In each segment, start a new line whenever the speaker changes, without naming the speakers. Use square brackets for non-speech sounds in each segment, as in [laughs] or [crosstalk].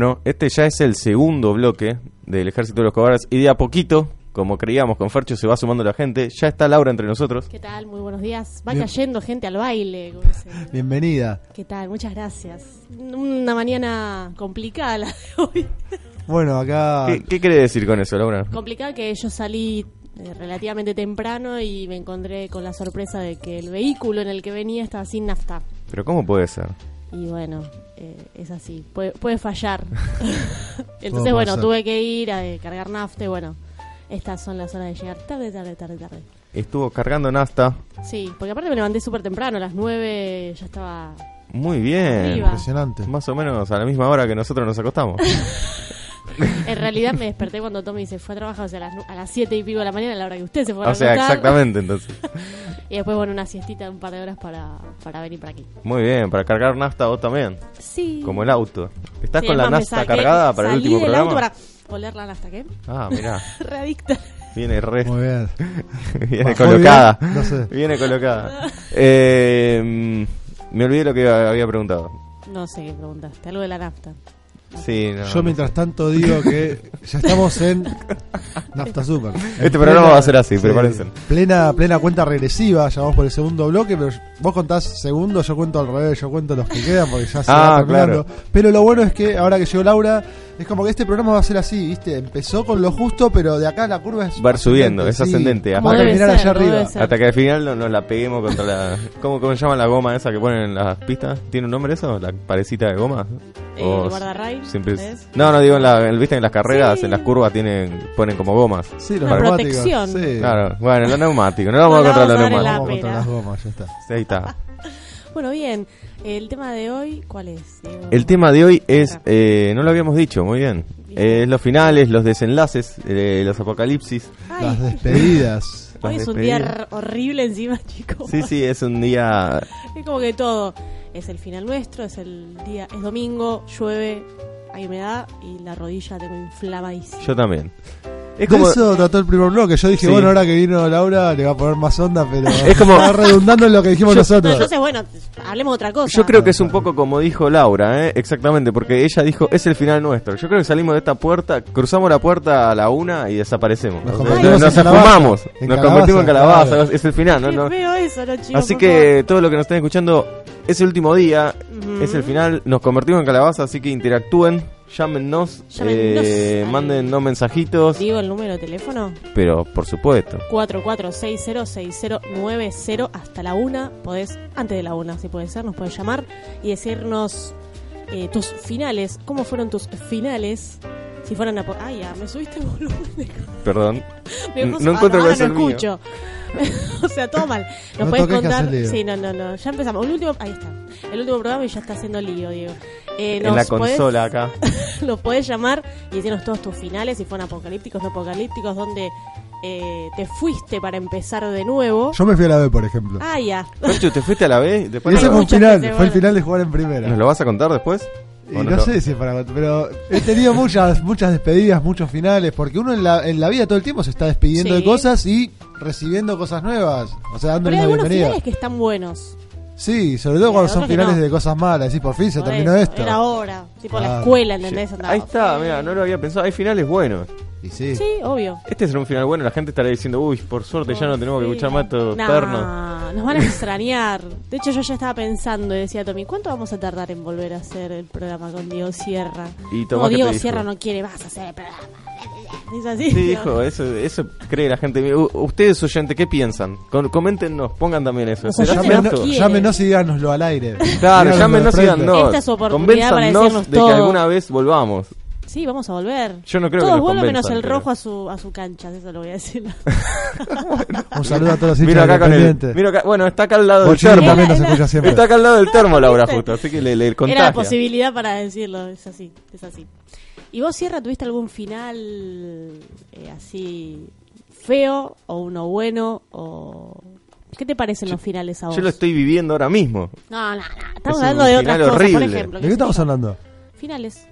Bueno, este ya es el segundo bloque del Ejército de los Cobardes y de a poquito, como creíamos con Fercho, se va sumando la gente. Ya está Laura entre nosotros.
¿Qué tal? Muy buenos días. Va
Bien.
cayendo gente al baile. como se-
Bienvenida.
¿Qué tal? Muchas gracias. Una mañana complicada la de hoy. [laughs]
Bueno, acá
¿Qué, qué quiere decir con eso, Laura?
complicada que yo salí eh, relativamente temprano y me encontré con la sorpresa de que el vehículo en el que venía estaba sin nafta.
Pero ¿cómo puede ser?
Y bueno, eh, es así, puede, puede
[laughs]
fallar. [laughs] Entonces,
Todo
bueno,
pasa.
tuve que ir a eh, cargar nafta. y Bueno, estas son las horas de llegar tarde, tarde, tarde, tarde.
Estuvo cargando Nasta.
Sí, porque aparte me levanté súper temprano, a las 9 ya estaba
Muy bien.
Arriba.
impresionante.
Más o menos a la misma hora que nosotros nos
[laughs]
acostamos.
En realidad me desperté cuando Tommy se fue a trabajar, o sea, a las, nu- a las 7 y pico de la mañana, a la hora que usted se fue a
o sea,
acostar.
exactamente, entonces.
Y después, bueno, una siestita de un par de horas para, para venir para aquí.
Muy bien, para cargar Nasta vos también,
Sí.
como el auto. ¿Estás
Sí,
con la
además me
Nasta
saqué-
cargada para el
salí
último
del
programa?
auto para oler la nafta, ¿qué? [laughs]
Ah, mirá,
Radicta.
viene re...
Muy bien.
[laughs] Viene
Bajó
colocada.
bien, no sé.
Viene
[laughs]
colocada. Eh, mm, me olvidé lo que había preguntado.
No sé qué preguntaste, algo de la nafta.
Sí, no.
Yo mientras tanto digo que ya estamos en Nafta Super.
Este programa va a ser así, prepárense.
Plena, plena cuenta regresiva, ya vamos por el segundo bloque, pero vos contás segundo, yo cuento al revés, yo cuento los que quedan porque ya se
Ah,
va terminando. Pero lo bueno es que ahora que llegó Laura, es como que este programa va a ser así, ¿viste? Empezó con lo justo, pero de acá la curva es.
Va subiendo,
ascendente,
es ascendente.
Va
Hasta
a
que,
terminar
Debe ser,
allá arriba.
debe ser.
hasta que al final no- nos la peguemos contra la. ¿cómo, ¿Cómo se llama la goma esa que ponen en las pistas? ¿Tiene un nombre eso? ¿La parecita de goma?
El
O
guardarrail,
siempre es-
Eh, ¿ves?
No, no, digo, en la, en- ¿viste? En las carreras,
Sí.
en las curvas tienen ponen como gomas.
Sí, los
Una
neumáticos,
protección.
sí.
Claro, bueno, los neumáticos. No vamos
No
a contra
la
los
vamos a dar en
neumáticos.
la
Vamos contra
pera.
las gomas, ya está.
Ahí está.
Bueno, bien, el tema de hoy, ¿cuál es? Diego?
El tema de hoy es, eh, no lo habíamos dicho, muy bien. Eh, es los finales, los desenlaces, eh, los apocalipsis.
Ay,
Las despedidas.
hoy
las
[laughs] es un día
despedidas.
r- horrible encima, [laughs] chicos.
Sí, sí, es un día.
Es como que todo. Es el final nuestro, es el día, es domingo, llueve, hay humedad y la rodilla tengo inflamadísima.
Yo también. Es
de
como,
eso trató el primer bloque. Yo dije,
Sí.
bueno, ahora que vino Laura le va a poner más onda,
[laughs]
pero
Es como-
está redundando en lo que dijimos
Yo-
nosotros.
Entonces, bueno, hablemos de otra cosa.
yo creo que es un poco como dijo Laura, ¿eh? exactamente, porque ella dijo es el final nuestro. Yo creo que salimos de esta puerta, cruzamos la puerta a la una y desaparecemos.
Nos
O sea,
convertimos
nos
en calabaza.
afumamos,
En
nos
calabaza,
convertimos en calabaza.
claro.
Es el final, ¿no?
Qué
No-
feo eso, ¿no, chicos?
Así
Por
que todo lo que nos estén escuchando es el último día,
Ujú.
es el final, nos convertimos en calabaza, así que interactúen, llámennos,
Llámennos
eh,
al-
mándennos
favor.
mensajitos,
Digo el número de teléfono:
pero por supuesto.
44606090 hasta la una. Podés, antes de la una, si puede ser, nos podés llamar y decirnos eh, tus finales. ¿Cómo fueron tus finales? Si fueran a. po- Ay, ya, me subiste el volumen de
Perdón.
[laughs] Me
No
puso-
encuentro
ah,
cuál
ah,
es
no
el mío.
escucho. [laughs] o sea, todo mal. Nos
No
puedes
toques que
contar.
hace lío.
Sí, no, no, no. Ya empezamos. El último, ahí está. El último programa y ya está haciendo lío, Diego. Eh,
en la
nos podés-
consola acá.
[laughs] Nos podés llamar y decirnos todos tus finales, si fueron apocalípticos, no apocalípticos, donde eh, te fuiste para empezar de nuevo.
Yo me fui a la B, por ejemplo.
Ah, ya.
Pancho, ¿te fuiste a la B?
y
Después
ese
hay
fue un
nos,
muchas
final.
veces,
Fue el
bueno.
final de jugar en primera.
¿nos lo vas a contar después?
Y
¿O
no,
lo-
sé si es para contar, pero he tenido muchas, muchas despedidas, muchos finales, porque uno en la, en la vida todo el tiempo se está despidiendo
Sí.
de cosas y recibiendo cosas nuevas. O sea,
Pero
dándole
hay
una
algunos
bienvenida.
finales que están buenos.
Sí, sobre todo
Y
cuando
otros
son
que
finales
no.
de cosas malas. Decís, por fin se
Por
terminó
eso,
esto.
Era ahora. Tipo la
Claro.
escuela, ¿entendés? Andaba-
Ah, Ahí está, mira, no lo había pensado. Hay finales buenos.
Y sí.
Sí, obvio.
Este será un final bueno, la gente estará diciendo, uy, por suerte ya no tenemos que
Sí.
escuchar más estos
Nah,
pernos.
Nos van a extrañar. De hecho, yo ya estaba pensando y decía a Tommy, ¿cuánto vamos a tardar en volver a hacer el programa con Diego Sierra?
Y Tomás,
Como
¿qué te
Diego
dijo?
Sierra no quiere más hacer el programa. Es así.
Sí, eh. hijo, eso, eso cree la gente. U- ustedes, oyentes, ¿qué piensan? Com- coméntenos, pongan también eso.
O sea,
¿Será
yo te
cierto?
lo
Llámenos,
quiere.
llámenos y díganoslo al aire.
Claro,
Díganoslo de
llámenos y
frente.
díganos.
Esta es su oportunidad para
Convénzanos
decirnos
de
todo.
que alguna vez volvamos.
Sí, vamos a volver.
Yo no creo que
Todos
nos
vuelven menos
convenzan,
el
pero-
rojo a su, a su cancha, eso lo voy
[laughs]
a decir.
Un saludo a todos los
Mira
hinchas
acá con el.
independientes.
miro acá- bueno, está acá al lado del
Bochini
termo.
también nos escucha siempre.
Está acá al lado del termo,
[laughs]
Laura, justo. Así que le, le
Era la
contagia.
posibilidad para decirlo, es así, es así. ¿Y vos, Sierra, tuviste algún final eh, así feo o uno bueno? o ¿Qué te parecen los finales ahora?
Yo lo estoy viviendo ahora mismo.
No, no, no. Estamos
Es
hablando
un
de
final
otras cosas, por
horrible.
ejemplo.
¿De
qué
qué
sé
estamos
yo.
hablando?
Finales.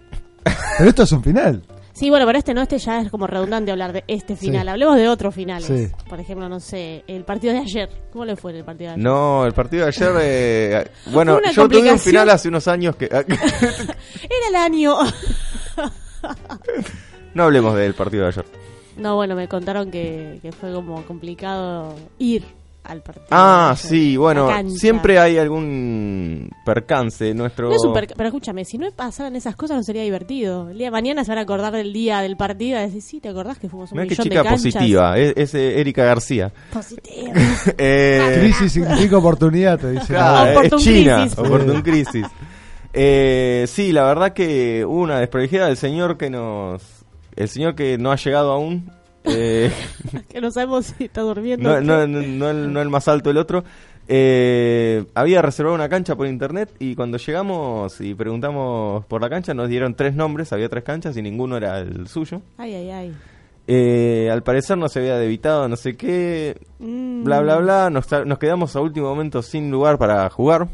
Pero esto es un final.
Sí, bueno, pero este no, este ya es como redundante hablar de este final. Hablemos de otros finales.
Sí.
Por ejemplo, no sé, el partido de ayer. ¿Cómo le fue en el partido de ayer?
No, el partido de ayer. eh, bueno,
Fue una
yo tuve un ah,
complicación.
final hace unos años que.
Era el año.
[laughs]
[laughs]
No hablemos del partido de ayer.
No, bueno, me contaron que, que fue como complicado ir al partido.
Ah,
Ayer,
sí,
la
bueno,
cancha.
siempre hay algún percance nuestro.
No es un perca- pero escúchame, si no pasaran esas cosas no sería divertido. El día de mañana se van a acordar del día del partido y van a decir, sí, ¿te acordás que fuimos un
Mirá qué
millón
chica
de canchas?
positiva, es, es, eh, Erika García.
[laughs] Positiva. [laughs]
Eh,
Crisis significa oportunidad, te dice.
Claro,
Ah,
es
Oportun
China,
crisis.
Oportun crisis. Eh, sí, la verdad que hubo una desprolijidad del señor que nos... El señor que no ha llegado aún.
[laughs]
eh,
que no sabemos si está
no,
durmiendo. [laughs]
no- no- no el, no el más alto, el otro. eh, había reservado una cancha por internet y cuando llegamos y preguntamos por la cancha nos dieron tres nombres, había tres canchas y ninguno era el suyo.
Ay, ay, ay.
Eh, al parecer no se había debitado, no sé qué,
Mm,
bla, bla, bla. Nos, tra- nos quedamos a último momento sin lugar para jugar.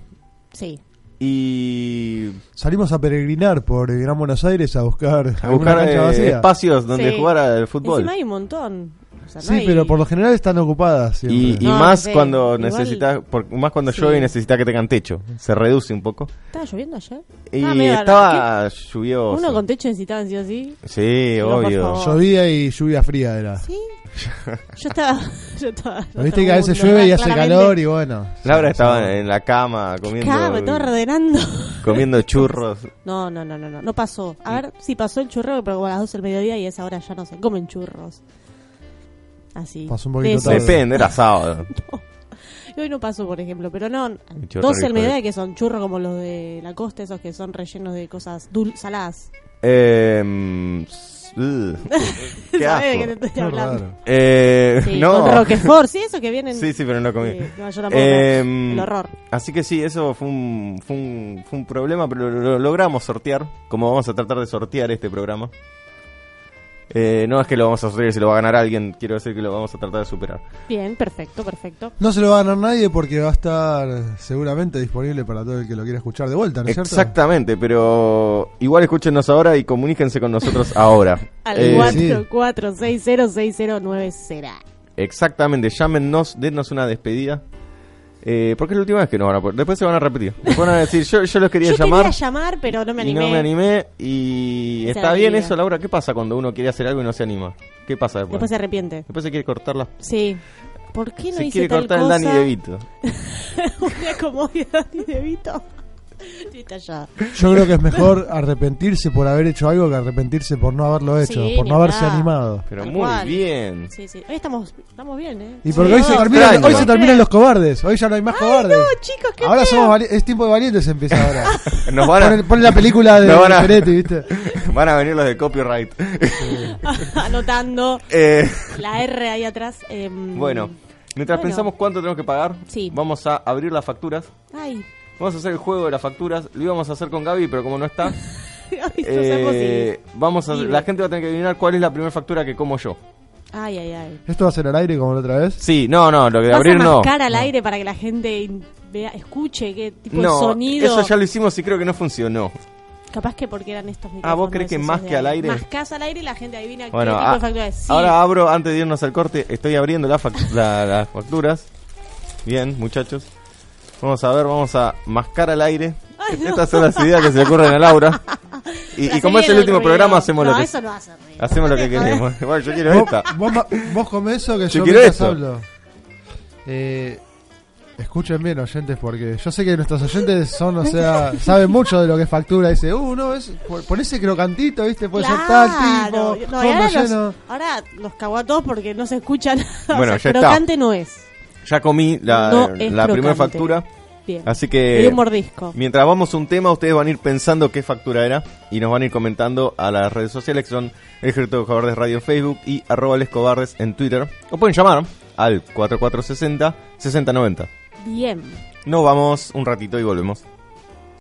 Sí.
Y
Ah, Salimos a peregrinar por el Gran Buenos Aires a buscar,
a
alguna
buscar
cancha
eh,
vacía.
espacios donde
Sí.
jugar al fútbol.
Encima hay un montón. O sea, no
Sí,
hay-
pero por lo general están ocupadas.
Y,
siempre.
y
No,
más
sí.
cuando
Igual-
necesitas, por- más cuando
Sí.
llueve y necesitas que tengan techo, se reduce un poco.
¿Estaba lloviendo ayer?
Y
Ah, medio raro.
estaba
¿Qué?
lluvioso.
Uno con techo necesitaban sí o sí.
Sí,
por
obvio.
favor.
Llovía y lluvia fría era.
Sí. [laughs] Yo estaba... Yo estaba Ah,
Pero Viste que a veces llueve y hace calor y bueno.
Laura
Sí, sí.
estaba en la cama comiendo,
Claro, me estaba ordenando.
comiendo churros.
[laughs] No, no, no, no, no, no pasó. A ver, sí pasó el churro, pero como a las 12 del mediodía y a esa hora ya no se comen churros. Así.
Pasó un poquito
Eso.
tarde.
Depende, era sábado.
Y hoy no pasó, por ejemplo, pero no.
chorro
12
rico
del
de-
mediodía que son churros como los de la costa, esos que son rellenos de cosas dul saladas.
Eh,
[laughs]
mm, s- uh, qué
¿Sabés de qué
asco.
te estoy
Qué
hablando?
raro.
Eh, [laughs]
Sí,
no.
Con Roquefort, sí, esos que vienen.
Sí, sí, pero no comí.
Eh, no, yo tampoco.
Em,
el horror.
Así que sí, eso fue un, fue un, fue un problema, pero lo, lo logramos sortear, como vamos a tratar de sortear este programa. Eh, no es que lo vamos a sortear si lo va a ganar alguien, quiero decir que lo vamos a tratar de superar.
Bien, perfecto, perfecto.
No se lo va a ganar nadie porque va a estar seguramente disponible para todo el que lo quiera escuchar de vuelta, ¿no es cierto?
Exactamente, pero igual escúchenos ahora y comuníquense con
[laughs]
nosotros ahora.
Al
Eh,
igual. sí.
44606090 será.
Exactamente, llámenos, dennos una despedida. Eh, porque es la última vez que nos van a poner. Después se van a repetir. Después van a decir, yo, yo los quería
Yo
llamar.
quería llamar, pero no me
y
animé.
no me animé. Y
Esa
está
era mi
bien
idea.
eso, Laura. ¿Qué pasa cuando uno quiere hacer algo y no se anima? ¿Qué pasa después?
Después se arrepiente.
Después se quiere cortar las.
Sí. ¿Por qué no
Se
hice
quiere
tal
cortar
cosa?
el Dani
[laughs]
de Vito.
Un día como hoy, Dani de Vito. Estoy tallada.
Yo creo que
[laughs]
es mejor arrepentirse por haber hecho algo que arrepentirse por no haberlo hecho,
Sí,
por
ni
no haberse
hablar.
animado.
Pero
Tal
muy
cual. [laughs]
bien.
Sí, sí. Hoy estamos, estamos bien, ¿eh? Sí,
Y porque hoy se,
no.
terminan,
extraño.
hoy se terminan los cobardes, hoy ya no hay más cobardes.
No, chicos, qué
ahora
feo.
somos vari- es tiempo de valientes empieza ahora.
[laughs] Nos van
Ponen
a,
ponen la película de
Nos van a-
Peretti, ¿viste?
[laughs] van a venir los de copyright. [laughs]
[laughs] Anotando
Eh,
la R ahí atrás. em,
bueno, mientras
Bueno.
pensamos cuánto tenemos que pagar,
Sí.
vamos a abrir las facturas.
Ay, [laughs]
Vamos a hacer el juego de las facturas. Lo íbamos a hacer con Gaby, pero como no
[laughs]
está,
ay, no sabemos
eh, vamos a,
Sí.
la gente va a tener que adivinar cuál es la primera factura que como yo.
si- Ay, ay, ay.
¿Esto va a ser al aire como la otra vez?
Sí, no, no, lo de
¿Vas
abrir
a
no.
mascar al aire para que la gente in- vea, escuche qué tipo
No,
de sonido?
eso ya lo hicimos y creo que no funcionó.
Capaz que porque eran estos micrófonos.
Ah, ¿vos crees que
esos
más
de
que al
ahí.
aire?
Mascás al aire y la gente adivina
Bueno,
qué tipo
a-
de factura es. Sí.
ahora ah, abro, antes de irnos al corte, estoy abriendo la fac- la- las facturas. Bien, muchachos. Vamos a ver, vamos a mascar al aire. Estas son las ideas que se le ocurren a Laura.
[laughs]
Y, y
Hace
como es
bien
el último
ruido.
programa, hacemos
no,
lo que,
eso no hace ruido.
hacemos
[laughs]
lo que
Joder.
queremos. Bueno, yo quiero
Vos,
esta.
[laughs] vos, ma- vos come eso
Yo
que yo,
quiero
mientras
esto.
hablo. Eh, escuchen bien, oyentes, porque yo sé que nuestros oyentes son, o
[laughs]
sea, saben mucho de lo que es factura. Dice, uh, no, es, pon- pon ese crocantito, ¿viste? Puede ser tal
Claro.
tipo.
No, y
fondo
ahora, los,
lleno.
ahora los cagó a todos porque no se [laughs] escuchan.
Bueno,
o sea,
ya está.
crocante no es.
Ya comí la,
No es
la primera
crocante.
factura.
Bien.
Así
Le di
que
un mordisco.
mientras vamos a un tema, ustedes van a ir pensando qué factura era y nos van a ir comentando a las redes sociales que son El Ejército de Cobardes Radio en Facebook y arroba Les Cobardes en Twitter. O pueden llamar al 4460-6090.
Bien.
Nos vamos un ratito y volvemos.